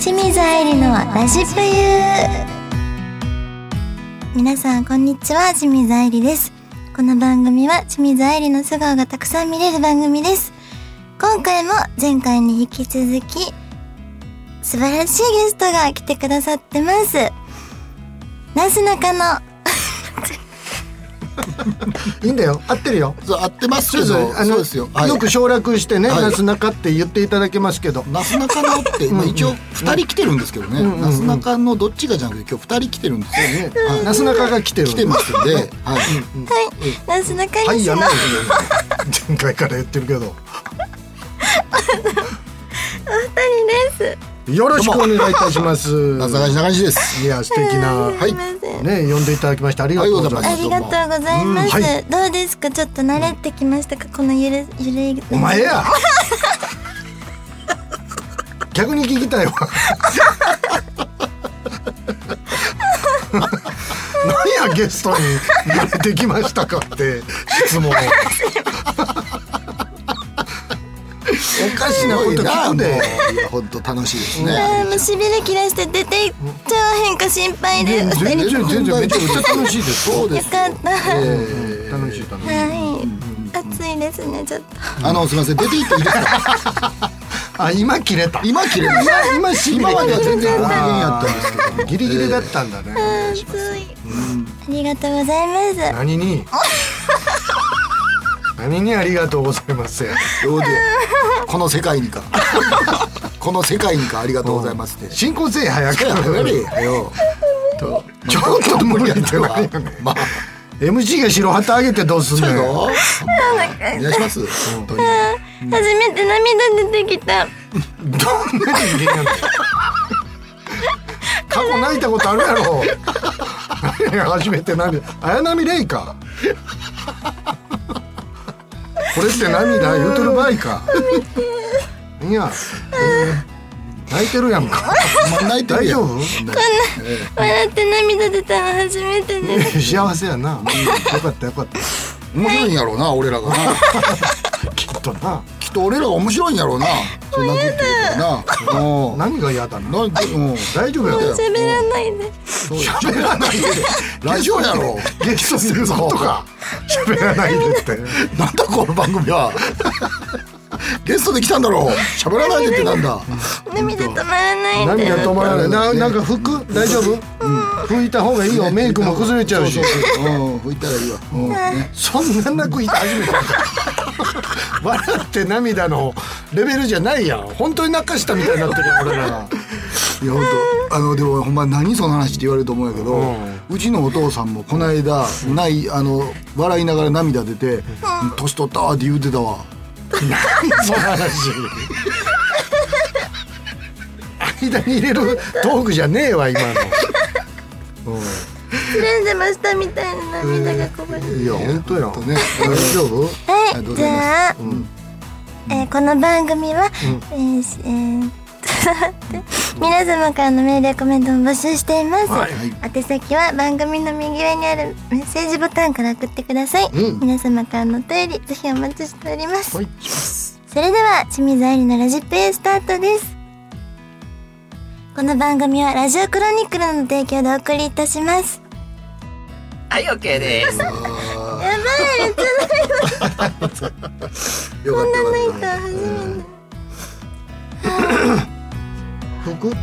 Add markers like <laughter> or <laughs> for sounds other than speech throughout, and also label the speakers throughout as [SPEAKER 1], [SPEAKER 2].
[SPEAKER 1] 清水愛理の私ぷゆー皆さんこんにちは清水愛理ですこの番組は清水愛理の素顔がたくさん見れる番組です今回も前回に引き続き素晴らしいゲストが来てくださってますなすなかの
[SPEAKER 2] いいんだよ合ってるよ
[SPEAKER 3] そう合ってますけど
[SPEAKER 2] そうあ
[SPEAKER 3] そう
[SPEAKER 2] の
[SPEAKER 3] ですよ、はい、
[SPEAKER 2] よく省略してね、
[SPEAKER 3] はい
[SPEAKER 2] なすなかって言っていただけますけど
[SPEAKER 3] なすなかのって今一応2人来てるんですけどね、
[SPEAKER 2] うんうん
[SPEAKER 3] なすなかのどっちがじゃなくて今日2人来てるんですよね、はい
[SPEAKER 2] なすなかが来てる
[SPEAKER 3] 来てますんで、はい、
[SPEAKER 1] なすなか
[SPEAKER 2] はい
[SPEAKER 1] にしの、
[SPEAKER 2] やめろよ前回から言ってるけど
[SPEAKER 1] 二人です
[SPEAKER 2] よろしくお願いいたします
[SPEAKER 3] なすなかにしなかにしです
[SPEAKER 2] いや素敵な、
[SPEAKER 3] は
[SPEAKER 2] はい
[SPEAKER 1] すい
[SPEAKER 3] い
[SPEAKER 1] ません
[SPEAKER 2] ね呼んでいただきましてありがとうございます、
[SPEAKER 1] ありがとうございます、
[SPEAKER 2] うんは
[SPEAKER 1] どうですかちょっと慣れてきましたかこのゆるゆるい
[SPEAKER 2] お前や逆に聞きたいわ何やゲストに慣れてきましたかって質問おかしなこと聞く
[SPEAKER 3] もう
[SPEAKER 2] で
[SPEAKER 3] いや本当楽しいですね、
[SPEAKER 1] あーもうしびれ切らして出ていっちゃわへんか心配で
[SPEAKER 2] 全
[SPEAKER 1] よか
[SPEAKER 2] 然全然めちゃくちゃ楽しいです
[SPEAKER 3] そうです
[SPEAKER 1] ったは
[SPEAKER 2] 楽しい楽しい
[SPEAKER 1] い暑いですねちょっと
[SPEAKER 3] あのすみません出ていっていいですか
[SPEAKER 2] あ今切れた
[SPEAKER 3] 今切れます
[SPEAKER 2] 今しびれ
[SPEAKER 3] 今までは全然ご機嫌
[SPEAKER 2] あ
[SPEAKER 3] やったんですけど
[SPEAKER 2] ーギリギリだったんだね、
[SPEAKER 1] 暑いありがとうございます
[SPEAKER 2] 何に何にありがとうございます
[SPEAKER 3] どうでこの世界にかこの世界にかありがとうございますって、
[SPEAKER 2] 進行せえ早く
[SPEAKER 3] いややれよと
[SPEAKER 2] ちょっと無理やったわ
[SPEAKER 3] まあ
[SPEAKER 2] MC が白旗あげてどうすんの
[SPEAKER 3] そうよ
[SPEAKER 2] よ
[SPEAKER 3] お願いします本当に
[SPEAKER 1] 初めて涙出てきた
[SPEAKER 2] どんな人間やねん過去泣いたことあるやろ何や初めて涙綾波レイかこれって涙言うてる場合かいや、泣いてるやんか
[SPEAKER 3] まあ泣いてるやん
[SPEAKER 2] 大丈夫
[SPEAKER 1] 笑って涙出たの初めてです
[SPEAKER 2] <laughs> 幸せやなよかったよかった
[SPEAKER 3] 面白いんやろうな俺らがな
[SPEAKER 2] きっとな
[SPEAKER 3] きっと俺らが面白いんやろうなそんなこと言うけどなうんな
[SPEAKER 2] 何が嫌だな
[SPEAKER 3] なんで <laughs> うん
[SPEAKER 2] 大丈夫やろ
[SPEAKER 1] 喋らないで
[SPEAKER 2] 喋らないで
[SPEAKER 3] ラジオやろ
[SPEAKER 2] ゲストすることか喋らないでって <laughs>
[SPEAKER 3] なんだこの番組 <laughs> はゲストで来たんだ <laughs> ろう喋らないでってなんだ
[SPEAKER 1] 涙止まらないで
[SPEAKER 2] 涙止まらないななんか服大丈夫拭いた方がいいよメイクも崩れちゃうし
[SPEAKER 3] そうそうそううん拭いたらいいわうんね
[SPEAKER 2] そんな泣く痛初めて見た笑って涙のレベルじゃないやん本当に泣かしたみたいになってる俺ら
[SPEAKER 3] いや本当あのでもほんま何その話って言われると思うんやけど、
[SPEAKER 2] う
[SPEAKER 3] うんちのお父さんもこの間ないあの笑いながら涙出て「年取ったわ」って言うてたわ
[SPEAKER 2] 何その話間に入れるトークじゃねえわ今の、うん
[SPEAKER 1] 連れてましたみたいな涙がこぼれる
[SPEAKER 2] いや本当や
[SPEAKER 3] ほんとね大丈夫
[SPEAKER 1] は
[SPEAKER 3] ありがとう
[SPEAKER 1] い、
[SPEAKER 3] ご
[SPEAKER 1] じ
[SPEAKER 3] ざいま
[SPEAKER 1] ゃ
[SPEAKER 3] す
[SPEAKER 1] あ、えーこの番組は、えーしえー皆様からのメールやコメントも募集しています、
[SPEAKER 2] はい
[SPEAKER 1] 宛先は番組の右上にあるメッセージボタンから送ってください、皆様からのお便りぜひお待ちしております、
[SPEAKER 2] はい
[SPEAKER 1] それでは清水愛理のラジプエスタートですこの番組はラジオクロニクルの提供でお送りいたします
[SPEAKER 4] はい、OK です。
[SPEAKER 1] やばいめっちゃ
[SPEAKER 3] よかったよかった
[SPEAKER 1] 泣いた初めて
[SPEAKER 2] 服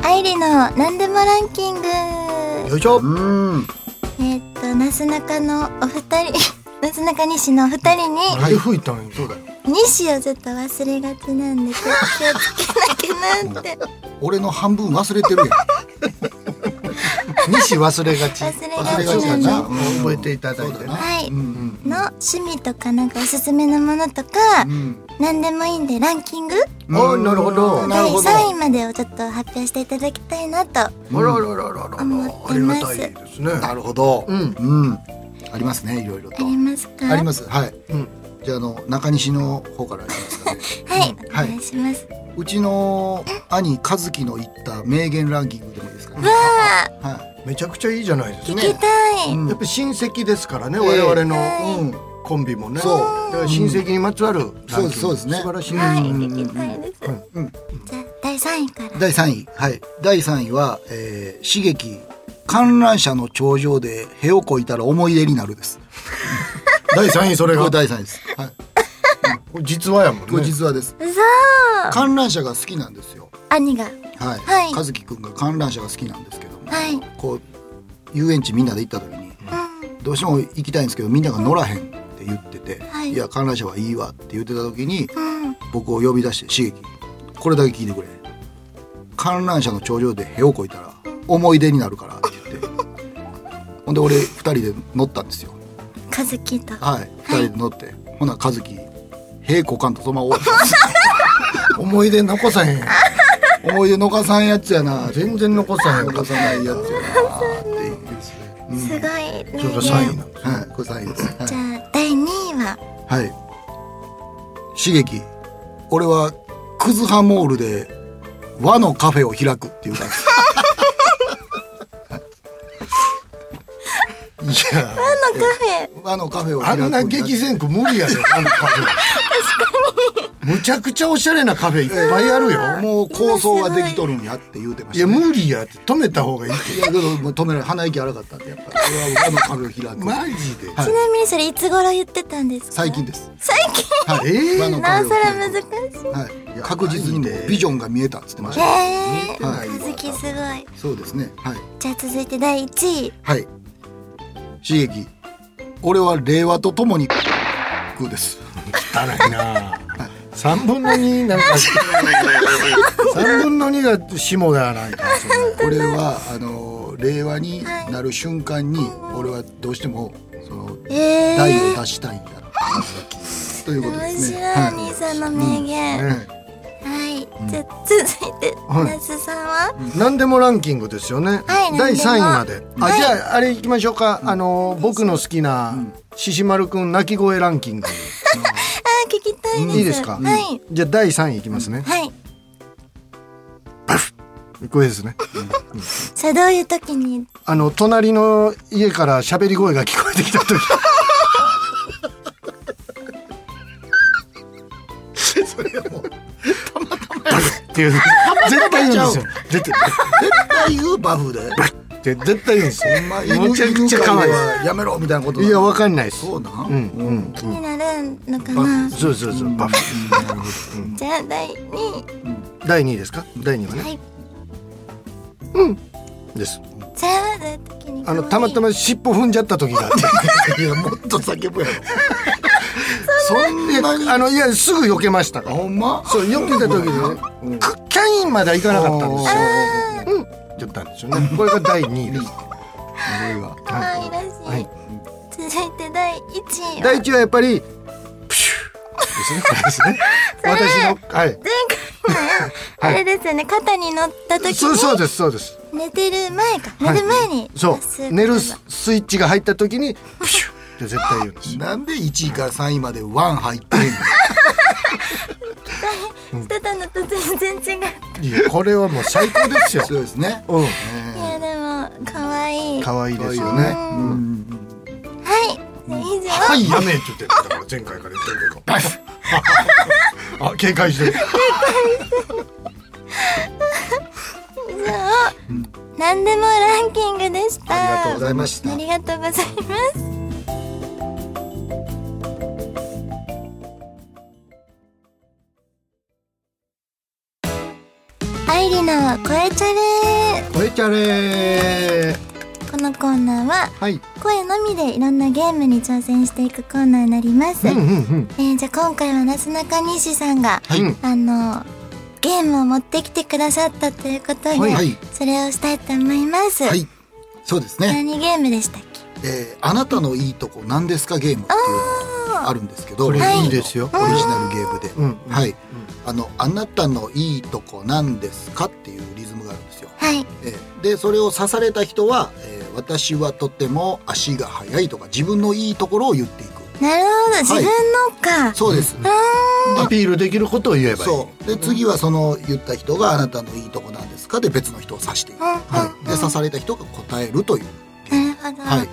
[SPEAKER 1] アイリの何でもランキング
[SPEAKER 2] よいしょ
[SPEAKER 3] うん
[SPEAKER 1] えーっとなすなかのお二人 <laughs> なすなか西のお二人に
[SPEAKER 2] はい、吹いたんそうだよ
[SPEAKER 1] 西をちょっと忘れがちなんで気をつけなきゃなって
[SPEAKER 3] 俺の半分忘れてるやん
[SPEAKER 2] 西忘れがち
[SPEAKER 1] 忘れが
[SPEAKER 3] ちなんだ
[SPEAKER 2] うん覚えていただいてね
[SPEAKER 1] はい
[SPEAKER 3] うん
[SPEAKER 1] の趣味とかなんかおすすめのものとか
[SPEAKER 3] うん
[SPEAKER 1] 何でもいいんでランキング
[SPEAKER 2] あなるほど
[SPEAKER 3] な
[SPEAKER 1] 第
[SPEAKER 3] るほど
[SPEAKER 1] 3位までをちょっと発表していただきたいなと
[SPEAKER 2] あらららららら
[SPEAKER 1] 思
[SPEAKER 2] あ
[SPEAKER 1] って
[SPEAKER 2] り
[SPEAKER 1] ます
[SPEAKER 2] がたいですね
[SPEAKER 3] なるほどうんうんありますねいろいろ
[SPEAKER 1] あ
[SPEAKER 3] と
[SPEAKER 1] りますか
[SPEAKER 3] ありますはい
[SPEAKER 2] うん
[SPEAKER 3] じゃああの中西の方からありますかね
[SPEAKER 1] はい、
[SPEAKER 3] はい
[SPEAKER 1] お願いします
[SPEAKER 3] うちの兄和樹の言った名言ランキングでもいいですかは
[SPEAKER 2] めちゃくちゃいいじゃないです
[SPEAKER 1] 聞
[SPEAKER 2] か
[SPEAKER 1] きたい、
[SPEAKER 2] やっぱり親戚ですからね、
[SPEAKER 3] え
[SPEAKER 2] 我々
[SPEAKER 3] い、
[SPEAKER 2] の
[SPEAKER 3] うん、
[SPEAKER 2] コンビもね、
[SPEAKER 3] そう
[SPEAKER 2] だから親戚にまつわるランキング、
[SPEAKER 3] そうそうですね
[SPEAKER 2] 素晴らしい、
[SPEAKER 1] はい
[SPEAKER 2] うん
[SPEAKER 1] 聞きたいです、
[SPEAKER 3] うんうん
[SPEAKER 1] じゃあ第三位から
[SPEAKER 3] 第3位はい第3位は、えー、刺激観覧車の頂上で屁をこいたら思い出になるです。
[SPEAKER 2] 第三位それ
[SPEAKER 3] こ
[SPEAKER 2] が
[SPEAKER 3] れ第3位です。はい、
[SPEAKER 2] これ実話やもんね
[SPEAKER 3] これ実話です。
[SPEAKER 1] うそー
[SPEAKER 3] 観覧車が好きなんですよ。
[SPEAKER 1] 兄がは
[SPEAKER 3] はい。
[SPEAKER 1] はい
[SPEAKER 3] 和樹くんが観覧車が好きなんですけども、
[SPEAKER 1] い、うん、
[SPEAKER 3] こう遊園地みんなで行った時に、どうしても行きたいんですけどみんなが乗らへんって言ってて、
[SPEAKER 1] はい
[SPEAKER 3] や観覧車はいいわって言ってた時に
[SPEAKER 1] うん、
[SPEAKER 3] 僕を呼び出して刺激これだけ聞いてくれ観覧車の頂上でへをこいたら思い出になるからって言って <laughs> ほんで俺2人で乗ったんですよ
[SPEAKER 1] 和樹と
[SPEAKER 3] はい2人で乗って、ほな和樹へこかんとその
[SPEAKER 2] <laughs>
[SPEAKER 3] まま終わっ
[SPEAKER 2] 思い出残さへん
[SPEAKER 3] た思い出残さんやつやな
[SPEAKER 2] 全然残さへん
[SPEAKER 3] 残さないやつやなっていう、
[SPEAKER 1] すごいね、
[SPEAKER 2] それが3位なんです
[SPEAKER 3] はいこれ3位です、はい
[SPEAKER 1] じゃあ第二位は
[SPEAKER 3] はい。刺激。俺は、クズハモールで和のカフェを開くっていう感
[SPEAKER 2] いや
[SPEAKER 1] あのカフェ
[SPEAKER 3] じ。和のカフェを
[SPEAKER 2] あ
[SPEAKER 3] 開く。
[SPEAKER 2] んな激戦区無理やであのカフェむちゃくちゃおしゃれなカフェいっぱいあるよ
[SPEAKER 3] もう構想はできとるんやって言うてま
[SPEAKER 2] い
[SPEAKER 3] し
[SPEAKER 2] や
[SPEAKER 3] たね、
[SPEAKER 2] 無理やって止めた方がいいって
[SPEAKER 3] いや、けどもう止められ鼻息荒かったって、や <laughs> っぱり。俺は和のカフェを開く。
[SPEAKER 2] マジで、
[SPEAKER 3] はい
[SPEAKER 1] ちなみにそれいつ頃言ってたんですか
[SPEAKER 3] 最近です。
[SPEAKER 1] 最近
[SPEAKER 3] はい。
[SPEAKER 2] えー
[SPEAKER 3] 和の
[SPEAKER 1] な
[SPEAKER 3] カ
[SPEAKER 1] お
[SPEAKER 3] フ
[SPEAKER 1] さ
[SPEAKER 3] ェ
[SPEAKER 1] ら
[SPEAKER 3] を
[SPEAKER 1] 難
[SPEAKER 3] 開
[SPEAKER 1] しい
[SPEAKER 3] く。はい。確実にもうビジョンが見えたっつってました。
[SPEAKER 1] えー、
[SPEAKER 3] はい
[SPEAKER 1] 和樹すごい
[SPEAKER 3] そうですね。はい。
[SPEAKER 1] じゃあ続いて第一位
[SPEAKER 3] はい。刺激。俺は令和とともに、食うです。
[SPEAKER 2] 汚いな三分の二なんか三分の二が下だなんかそれ
[SPEAKER 3] これはあの令和になる瞬間に俺はどうしてもその
[SPEAKER 1] えー、
[SPEAKER 3] 台を出したいんだということで
[SPEAKER 1] 面
[SPEAKER 3] す
[SPEAKER 1] 白
[SPEAKER 3] ね。
[SPEAKER 1] い、
[SPEAKER 3] は
[SPEAKER 1] 兄さんの名言、
[SPEAKER 2] ね
[SPEAKER 1] はい、じゃあ続いて、
[SPEAKER 2] はい
[SPEAKER 1] 那須さんは、
[SPEAKER 2] 何でもランキングですよね、
[SPEAKER 1] はい
[SPEAKER 2] 第3位ま
[SPEAKER 1] 何
[SPEAKER 2] で、
[SPEAKER 1] で
[SPEAKER 2] あじゃああれ行きましょうか、あの僕の好きな獅子丸くん泣き声ランキン
[SPEAKER 1] あ
[SPEAKER 2] グ、
[SPEAKER 1] ー聞きたいです、
[SPEAKER 2] いいです
[SPEAKER 1] は
[SPEAKER 2] か、
[SPEAKER 1] い、
[SPEAKER 2] じゃあ第3位いきますね、
[SPEAKER 1] はい
[SPEAKER 2] これですね
[SPEAKER 1] それどういう時に
[SPEAKER 2] あの隣の家から喋り声が聞こえてきた時それはもう <laughs> たまたまっていう絶対言うんですよ絶対
[SPEAKER 3] 絶対言うバフで。
[SPEAKER 2] って絶対言うんですよ
[SPEAKER 3] ま
[SPEAKER 2] <laughs>
[SPEAKER 3] あ
[SPEAKER 2] めちゃくちゃ可愛い
[SPEAKER 3] 犬飼はやめろみたいなこと。
[SPEAKER 2] いやわかんないです
[SPEAKER 3] そうなん。
[SPEAKER 2] うんうん
[SPEAKER 1] 気になるのかな、
[SPEAKER 2] そうそうそうバフ
[SPEAKER 1] じゃあ第2位
[SPEAKER 2] 第2位ですか第2位はね
[SPEAKER 1] はい
[SPEAKER 2] です
[SPEAKER 1] それはどういう時に
[SPEAKER 2] あのたまた
[SPEAKER 1] ま
[SPEAKER 2] ま尻尾踏んじゃった時があって
[SPEAKER 3] <laughs>
[SPEAKER 2] <laughs>
[SPEAKER 3] いやもっと叫ぶやろ。そんなに
[SPEAKER 2] あのいやすぐ避けましたから
[SPEAKER 3] ほんま。
[SPEAKER 2] そう避けた時にねクッキャインまではいかなかったんですよ言ったんですよねこれが第2位です
[SPEAKER 3] よ。
[SPEAKER 1] 可愛らしい、
[SPEAKER 2] はい
[SPEAKER 1] 続いて第1位は
[SPEAKER 2] 第1位はやっぱりプシューですねこれですね私の <laughs> は
[SPEAKER 1] 前
[SPEAKER 2] い
[SPEAKER 1] 回のあれですよね、肩に乗った時
[SPEAKER 2] そうそう
[SPEAKER 1] に
[SPEAKER 2] ですそうです
[SPEAKER 1] 寝てる前か寝る前に
[SPEAKER 2] そう寝る
[SPEAKER 1] す
[SPEAKER 2] スイッチが入った時にプシューって絶対言うんですよ
[SPEAKER 3] なんで一位から三位までワン入ってんの。
[SPEAKER 1] してたのと全然違う
[SPEAKER 2] いやこれはもう最高ですよ
[SPEAKER 3] そうですね。
[SPEAKER 2] うん
[SPEAKER 1] いやでも可愛い
[SPEAKER 2] 可愛いですよ
[SPEAKER 3] 可愛
[SPEAKER 2] ね
[SPEAKER 3] い
[SPEAKER 1] はい以上、
[SPEAKER 2] はい、やめって言ってたから前回から言ってるけど。 <laughs> あ、警戒してる。
[SPEAKER 1] 以上、なんでもランキングでした
[SPEAKER 3] ありがとうございました
[SPEAKER 1] あ。りがとうございます。アイリナは声チャレ
[SPEAKER 2] これちゃれ
[SPEAKER 1] このコーナーは
[SPEAKER 2] はい。
[SPEAKER 1] 声のみでいろんなゲームに挑戦していくコーナーになります、
[SPEAKER 2] うんうんうん。
[SPEAKER 1] えーじゃあ今回はなすなかにしさんが、
[SPEAKER 2] はい
[SPEAKER 1] あのゲームを持ってきてくださったということで、
[SPEAKER 3] はいはい
[SPEAKER 1] それをしたいと思います、
[SPEAKER 3] はい。そうですね。
[SPEAKER 1] 何ゲームでしたっけ
[SPEAKER 3] えーあなたのいいとこ何ですかゲームっていうのがあるんですけど、
[SPEAKER 2] これ
[SPEAKER 1] いい
[SPEAKER 2] ですよ
[SPEAKER 3] オリジナルゲームで、
[SPEAKER 2] うんうん
[SPEAKER 3] はい、あのあなたのいいとこ何ですかっていうリズムがあるんですよ。
[SPEAKER 1] はい
[SPEAKER 3] えーでそれを刺された人は、えー私はとても足が速いとか自分のいいところを言っていく。
[SPEAKER 1] なるほど自分のか、
[SPEAKER 3] そうです。
[SPEAKER 1] あ
[SPEAKER 2] アピールできることを言えばいい。
[SPEAKER 3] そうで次はその言った人があなたのいいとこなんですですか?」で別の人を刺していく、
[SPEAKER 1] うんうんうん
[SPEAKER 3] はい、で刺された人が答えるという、
[SPEAKER 1] なるほど。
[SPEAKER 3] はい、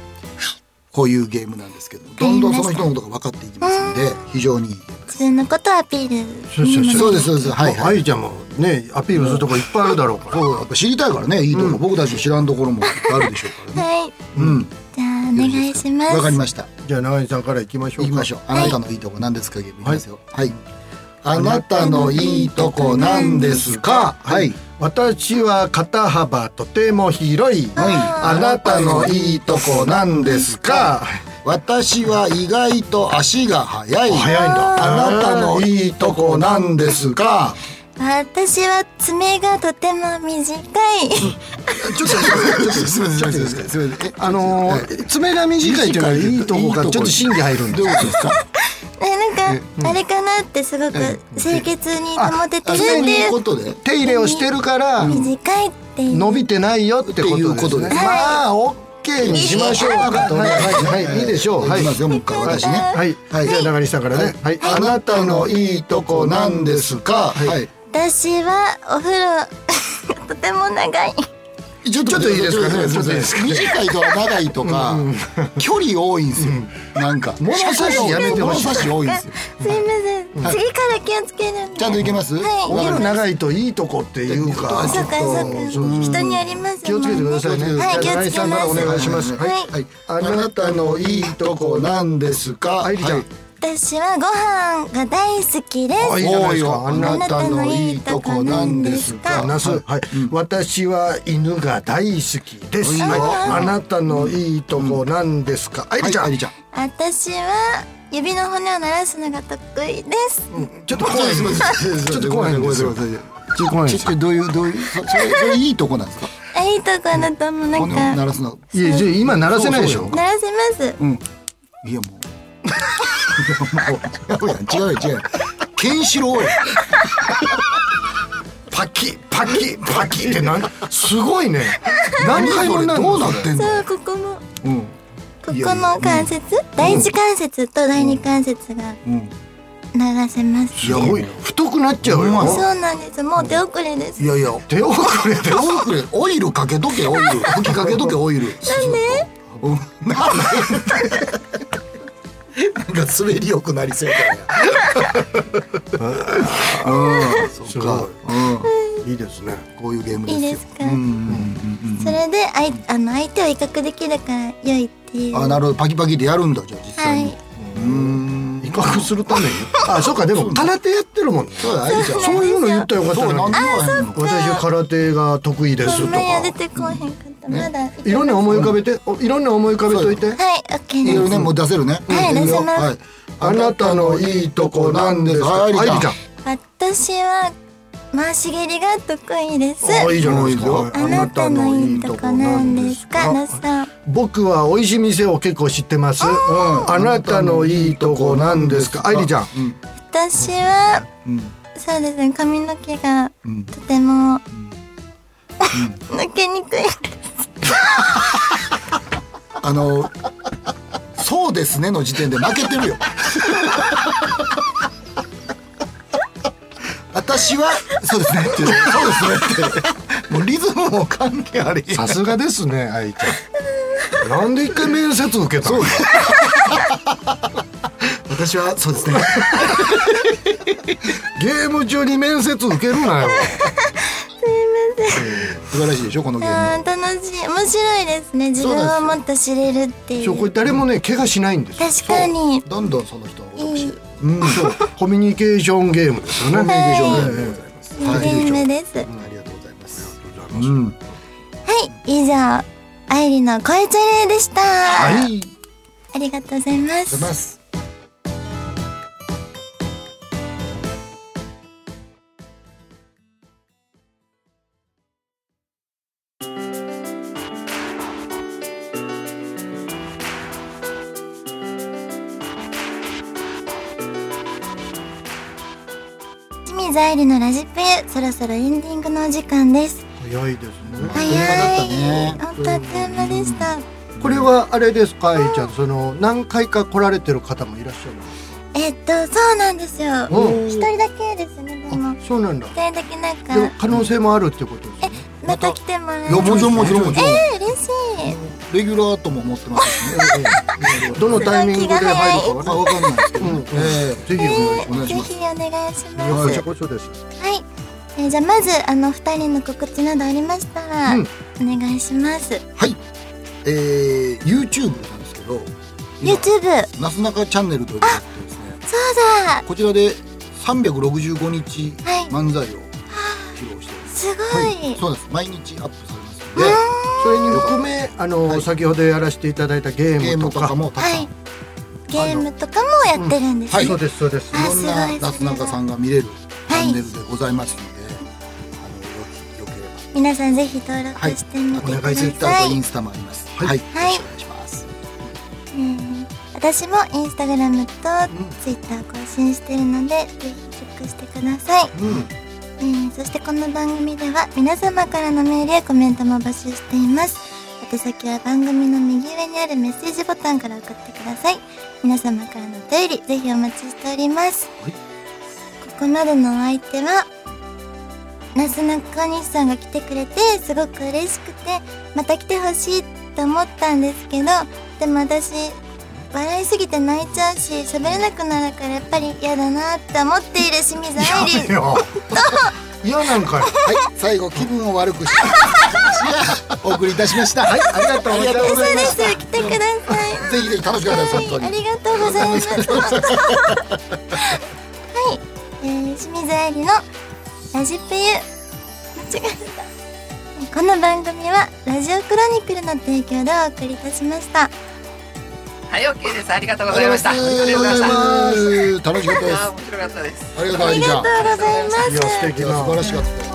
[SPEAKER 3] こういうゲームなんですけどどんどんその人のことが分かっていきますので非常にいい
[SPEAKER 1] 自分のことをアピール。
[SPEAKER 2] そうそう
[SPEAKER 3] そうですそうです
[SPEAKER 2] は、
[SPEAKER 3] はいい、は、
[SPEAKER 2] はいい、じゃあもうねアピールするとこいっぱいあるだろうから
[SPEAKER 3] そうやっぱ知りたいからねいいとこ、僕たちの知らんところもあるでしょうからね
[SPEAKER 1] はい。
[SPEAKER 3] うん
[SPEAKER 1] じゃあ、お願いします。
[SPEAKER 3] わかりました
[SPEAKER 2] じゃあ永井さんからいきましょう
[SPEAKER 3] 行
[SPEAKER 2] か
[SPEAKER 3] きましょう。あなたのいいとこなんですか、ゲームいきますよ。はい。あな
[SPEAKER 2] な
[SPEAKER 3] た
[SPEAKER 2] た
[SPEAKER 3] の
[SPEAKER 2] の
[SPEAKER 3] い
[SPEAKER 2] い
[SPEAKER 3] い
[SPEAKER 2] い
[SPEAKER 3] と
[SPEAKER 2] と
[SPEAKER 3] こ
[SPEAKER 2] こ
[SPEAKER 3] な
[SPEAKER 2] なんん
[SPEAKER 3] で
[SPEAKER 2] ですす
[SPEAKER 3] か。はい。
[SPEAKER 2] 私は肩幅とても広い、
[SPEAKER 3] はい
[SPEAKER 2] あなたのいいとこなんですか
[SPEAKER 3] 私は意外と足が速い。
[SPEAKER 2] 早いんだ
[SPEAKER 3] あなたのいいとこなんですか。
[SPEAKER 1] 私は爪がとても短い。
[SPEAKER 3] ちょっと、ちょっと、すみません、ちょっと、すみません。
[SPEAKER 2] あのー爪が短いというのはいいとこがちょっと芯に入るんで
[SPEAKER 3] どういうことですか。
[SPEAKER 1] え <laughs> なんか、あれかなってすごく清潔に保ててるっ
[SPEAKER 3] そ
[SPEAKER 1] て
[SPEAKER 3] うい
[SPEAKER 1] いう
[SPEAKER 3] こ
[SPEAKER 1] う。
[SPEAKER 3] とで。
[SPEAKER 2] 手入れをしてるから
[SPEAKER 1] 短いっていう。
[SPEAKER 2] 伸びてないよってこと
[SPEAKER 3] っていうこ
[SPEAKER 2] で
[SPEAKER 3] と
[SPEAKER 2] す
[SPEAKER 3] で
[SPEAKER 2] ね
[SPEAKER 3] す
[SPEAKER 2] まあ OK にしましょうかはいはいはいいいでしょう
[SPEAKER 3] は。
[SPEAKER 2] はいい
[SPEAKER 3] きますよ、もう一回、私ね。
[SPEAKER 2] はい、
[SPEAKER 3] はい
[SPEAKER 2] じゃあ中西さんからね、はい
[SPEAKER 3] あ
[SPEAKER 2] あ
[SPEAKER 3] な
[SPEAKER 2] な
[SPEAKER 3] た
[SPEAKER 2] た
[SPEAKER 3] の
[SPEAKER 2] の
[SPEAKER 3] い
[SPEAKER 2] い
[SPEAKER 3] い
[SPEAKER 2] い
[SPEAKER 3] と
[SPEAKER 2] と
[SPEAKER 3] こ
[SPEAKER 2] こ
[SPEAKER 3] な
[SPEAKER 2] なんん
[SPEAKER 3] で
[SPEAKER 2] ですす
[SPEAKER 3] か。
[SPEAKER 2] か、
[SPEAKER 3] はい。
[SPEAKER 1] 私はお風呂 <laughs> がとても長い。
[SPEAKER 3] ちょっ
[SPEAKER 2] ちょっといいですかね
[SPEAKER 3] ちょっといいですかね短いとか長いとか、距離多いんですよ。なんか。
[SPEAKER 2] 物差しやめてほしい
[SPEAKER 3] 物差し多いんですよ。
[SPEAKER 1] すいません。次から気をつけるんで。
[SPEAKER 3] ちゃんといけます。
[SPEAKER 1] はい
[SPEAKER 2] お風呂
[SPEAKER 3] わかりま
[SPEAKER 2] 長いといいとこっていうか
[SPEAKER 1] そうかそうか。人によりますもんね。
[SPEAKER 2] 気をつけてくださいね
[SPEAKER 1] はい、気
[SPEAKER 2] じゃあ
[SPEAKER 1] をつ
[SPEAKER 2] 中西
[SPEAKER 1] け
[SPEAKER 2] さん
[SPEAKER 1] ま
[SPEAKER 2] から
[SPEAKER 1] す。
[SPEAKER 2] お願いします
[SPEAKER 1] はい。
[SPEAKER 3] したはい。
[SPEAKER 2] あ
[SPEAKER 3] あな
[SPEAKER 2] な
[SPEAKER 3] た
[SPEAKER 2] た
[SPEAKER 3] の
[SPEAKER 2] の
[SPEAKER 3] い
[SPEAKER 2] い
[SPEAKER 3] い
[SPEAKER 2] い
[SPEAKER 3] と
[SPEAKER 2] と
[SPEAKER 3] こ
[SPEAKER 2] こ
[SPEAKER 3] なんですか。
[SPEAKER 2] 愛理ちゃん
[SPEAKER 1] 私はご飯が大好きです。
[SPEAKER 2] あいいじゃない
[SPEAKER 3] 多
[SPEAKER 2] で
[SPEAKER 3] い
[SPEAKER 2] す
[SPEAKER 3] よ。
[SPEAKER 2] か
[SPEAKER 3] あなたのいいとこなんです
[SPEAKER 1] あ
[SPEAKER 3] か。
[SPEAKER 2] ナス、はい、私は犬が大好きです。
[SPEAKER 3] いいよ
[SPEAKER 2] はいあなたのいいとこなんですか。愛理ちゃん、
[SPEAKER 3] はい愛理ちゃん。
[SPEAKER 1] 私は指の骨を鳴らすのが得意です。
[SPEAKER 2] ちょっと怖いんです。ちょっと怖いんですよ。ちょっと怖いんで
[SPEAKER 3] ちょっ
[SPEAKER 2] す
[SPEAKER 3] とどういうどういうそそれそれいいとこなんですか。
[SPEAKER 1] あいいとこだと思うな
[SPEAKER 3] こ
[SPEAKER 1] ん
[SPEAKER 3] の
[SPEAKER 1] か
[SPEAKER 3] 鳴
[SPEAKER 1] 鳴
[SPEAKER 3] らすの。
[SPEAKER 2] いや、じゃあ今鳴らせないでしょ。
[SPEAKER 1] らせます。
[SPEAKER 3] いやもう。いやもう違うよ違うよ。ケンシロウや。
[SPEAKER 2] パキパキパキってなんすごいね。何回も
[SPEAKER 3] それ
[SPEAKER 2] なる
[SPEAKER 3] どうなってんの。
[SPEAKER 1] そうここも
[SPEAKER 3] うん。
[SPEAKER 1] ここの関節、第一関節と第二関節が
[SPEAKER 3] うん。
[SPEAKER 1] 鳴らせます。
[SPEAKER 2] すごいな太くなっちゃう
[SPEAKER 3] ほんま
[SPEAKER 1] そう
[SPEAKER 2] よ。
[SPEAKER 1] なんです。もう手遅れです
[SPEAKER 3] い。やいや。
[SPEAKER 2] 手遅れで
[SPEAKER 3] 手遅れオイルかけとけオイル吹きかけとけオイルなんでうんなんでなんか滑りよくなりそう <laughs> だなうんそっ
[SPEAKER 2] す
[SPEAKER 3] か
[SPEAKER 2] ごい。いいですね。
[SPEAKER 3] うんこういうゲームです
[SPEAKER 1] いい
[SPEAKER 3] よ
[SPEAKER 1] ですか。
[SPEAKER 3] うんうん
[SPEAKER 1] それであいあの相手を威嚇できるから良いってい
[SPEAKER 3] うん
[SPEAKER 1] う。
[SPEAKER 3] あなるほどパキパキでやるんだじゃあ実際
[SPEAKER 1] は
[SPEAKER 3] に
[SPEAKER 1] い。
[SPEAKER 3] うん
[SPEAKER 2] 威嚇するために。あ、そうかでも空手やってるもんね。
[SPEAKER 3] そうだ愛理ちゃん
[SPEAKER 2] そういうの言ったらよかっ
[SPEAKER 3] そう
[SPEAKER 2] た
[SPEAKER 3] な
[SPEAKER 2] の
[SPEAKER 3] んで
[SPEAKER 2] に。
[SPEAKER 3] もないの
[SPEAKER 2] 私は空手が得意です
[SPEAKER 1] ほ
[SPEAKER 2] と
[SPEAKER 1] んまや出。
[SPEAKER 2] か
[SPEAKER 1] てこうへんかった。まだ。はい、オ
[SPEAKER 2] いろんな思い浮かべて、おいろんな思い浮かべといて。
[SPEAKER 1] ッケー
[SPEAKER 3] い
[SPEAKER 1] で
[SPEAKER 3] いよ
[SPEAKER 1] す。
[SPEAKER 3] ねもう出せるね
[SPEAKER 1] はい
[SPEAKER 3] いいよ
[SPEAKER 1] 出せます
[SPEAKER 3] はい
[SPEAKER 2] あなたのいいとこなんですか。
[SPEAKER 3] はい愛理ちゃん
[SPEAKER 1] 私は回し蹴りが得意です。
[SPEAKER 2] あいいじゃないです
[SPEAKER 3] そう
[SPEAKER 2] か。
[SPEAKER 1] あなたのいいとこなんですか、那須さん。
[SPEAKER 2] 僕は美味しい店を結構知ってます。
[SPEAKER 3] ん
[SPEAKER 2] あなたのいいとこなんですか。愛理ちゃん。
[SPEAKER 1] 私は、
[SPEAKER 3] うん
[SPEAKER 1] そうですね、髪の毛が
[SPEAKER 3] うん
[SPEAKER 1] とても、 <laughs> 抜けにくい。
[SPEAKER 3] あの「そうですね」の時点で負けて <laughs> るよ。私は「そうですね」っていう「そうですね」ってもうリズムも関係あり
[SPEAKER 2] さすがですね、愛理ち <laughs> ゃん。なんで一回面接受けたの。
[SPEAKER 3] 私は「そうですね
[SPEAKER 2] ゲーム中に面接受けるなよ。」
[SPEAKER 3] 素晴らしいでしょこのゲー
[SPEAKER 1] あ
[SPEAKER 3] ム。
[SPEAKER 1] ー楽しい。面白いですね。自分をもっと知れるってい。
[SPEAKER 2] そうう、これ誰もね、怪我しないんですよ。
[SPEAKER 1] 確かに、
[SPEAKER 3] どんどんその人のことを
[SPEAKER 1] いい、い
[SPEAKER 3] 知
[SPEAKER 1] い
[SPEAKER 3] る。
[SPEAKER 2] うん、そう、コミュニケーションゲームですよね。コミュニケーションゲーム。
[SPEAKER 1] ゲームです。はい、
[SPEAKER 3] ありがとうございます。うん、
[SPEAKER 1] 以上、愛理の声チャレでした。
[SPEAKER 3] はい、
[SPEAKER 1] ありがとうございます。
[SPEAKER 3] ます。
[SPEAKER 1] 清水愛理のラジプユ、そろそろエンディングのお時間です。
[SPEAKER 2] 早いですね。
[SPEAKER 1] 早い。本当あっという間でした。
[SPEAKER 2] これはあれですか、愛ちゃん、その何回か来られてる方もいらっしゃるんです
[SPEAKER 1] えっと、そうなんですよ。
[SPEAKER 2] うん
[SPEAKER 1] 一人だけですね、でも。
[SPEAKER 2] か。そうなんだ。
[SPEAKER 1] 一人だけなんか、
[SPEAKER 2] でも可能性もあるってことです
[SPEAKER 1] え
[SPEAKER 2] ね。、
[SPEAKER 1] また来てもらえ
[SPEAKER 3] いやもちろんもちろんもちろん
[SPEAKER 1] えー嬉しい
[SPEAKER 3] レギュラーとも思ってますしねええ
[SPEAKER 2] どのタイミングで入るかは
[SPEAKER 3] まあわかんないですけど、ええぜひお願いし
[SPEAKER 1] ぜ
[SPEAKER 3] ます
[SPEAKER 1] ひお願いします
[SPEAKER 3] は
[SPEAKER 1] はいい、
[SPEAKER 2] こちらです
[SPEAKER 1] えーじゃあまずあの二人の告知などありましたら、
[SPEAKER 2] うん
[SPEAKER 1] お願いします
[SPEAKER 3] はい、えー、YouTube なんですけど今
[SPEAKER 1] YouTube そう
[SPEAKER 3] なすなかチャンネルというのがあってですね
[SPEAKER 1] だ
[SPEAKER 3] こちらで365日
[SPEAKER 1] はい
[SPEAKER 3] 漫才を披露しています
[SPEAKER 1] ご
[SPEAKER 3] す、
[SPEAKER 1] い、
[SPEAKER 3] そうです毎日アップされますの
[SPEAKER 2] ね
[SPEAKER 3] で、
[SPEAKER 2] それに含めあの、
[SPEAKER 3] はい
[SPEAKER 2] 先ほどやらせていただいたゲ
[SPEAKER 3] ゲ
[SPEAKER 2] ー
[SPEAKER 3] ー
[SPEAKER 2] ムと
[SPEAKER 3] ムと
[SPEAKER 2] か
[SPEAKER 3] かもたく
[SPEAKER 1] は
[SPEAKER 3] さん、
[SPEAKER 1] いゲームとかもやってるんですね、
[SPEAKER 3] はい
[SPEAKER 2] そうですそうです
[SPEAKER 1] あ
[SPEAKER 3] いろんな
[SPEAKER 1] すごい
[SPEAKER 3] なすなかさんが見れるチャンネルでございますので、あのよきよければ
[SPEAKER 1] 皆さんぜひ登録
[SPEAKER 3] はい
[SPEAKER 1] してみてくだ
[SPEAKER 3] お願い
[SPEAKER 1] さ
[SPEAKER 3] ツイ
[SPEAKER 1] い、
[SPEAKER 3] ッターとインスタもありますはい、よろしくお願いします
[SPEAKER 1] えー私もインスタグラムとツイッター更新してるので、ぜひチェックしてください、えーそしてこの番組では皆様からのメールやコメントも募集しています宛先は番組の右上にあるメッセージボタンから送ってください皆様からのお便りぜひお待ちしております、
[SPEAKER 3] はい
[SPEAKER 1] ここまでのお相手はなすなかにしさんが来てくれてすごく嬉しくてまた来てほしいと思ったんですけどでも私笑いすぎて泣いちゃうし喋れなくなるからやっぱり嫌だなって思っている清水愛理
[SPEAKER 2] よ嫌なんかよ
[SPEAKER 3] はい最後気分を悪くしてお送りいたしましたはいありがとうございます
[SPEAKER 1] 嘘です来てください
[SPEAKER 3] ぜひぜひ楽しかったです本当
[SPEAKER 1] はい、あ
[SPEAKER 3] に
[SPEAKER 1] りがとうございます。はい、えー、清水愛理のラジプユ間違えた。この番組はラジオクロニクルの提供でお送りいたしました。
[SPEAKER 4] はい、OK です。ありがとうございました。ありがとうございました。
[SPEAKER 3] ありがとうございます楽しかったで
[SPEAKER 4] あー面白かったです。
[SPEAKER 3] すありがとうございま
[SPEAKER 1] ありがとうございます。
[SPEAKER 2] いや素
[SPEAKER 3] い
[SPEAKER 2] 敵
[SPEAKER 3] や
[SPEAKER 2] な
[SPEAKER 3] 素晴らしかった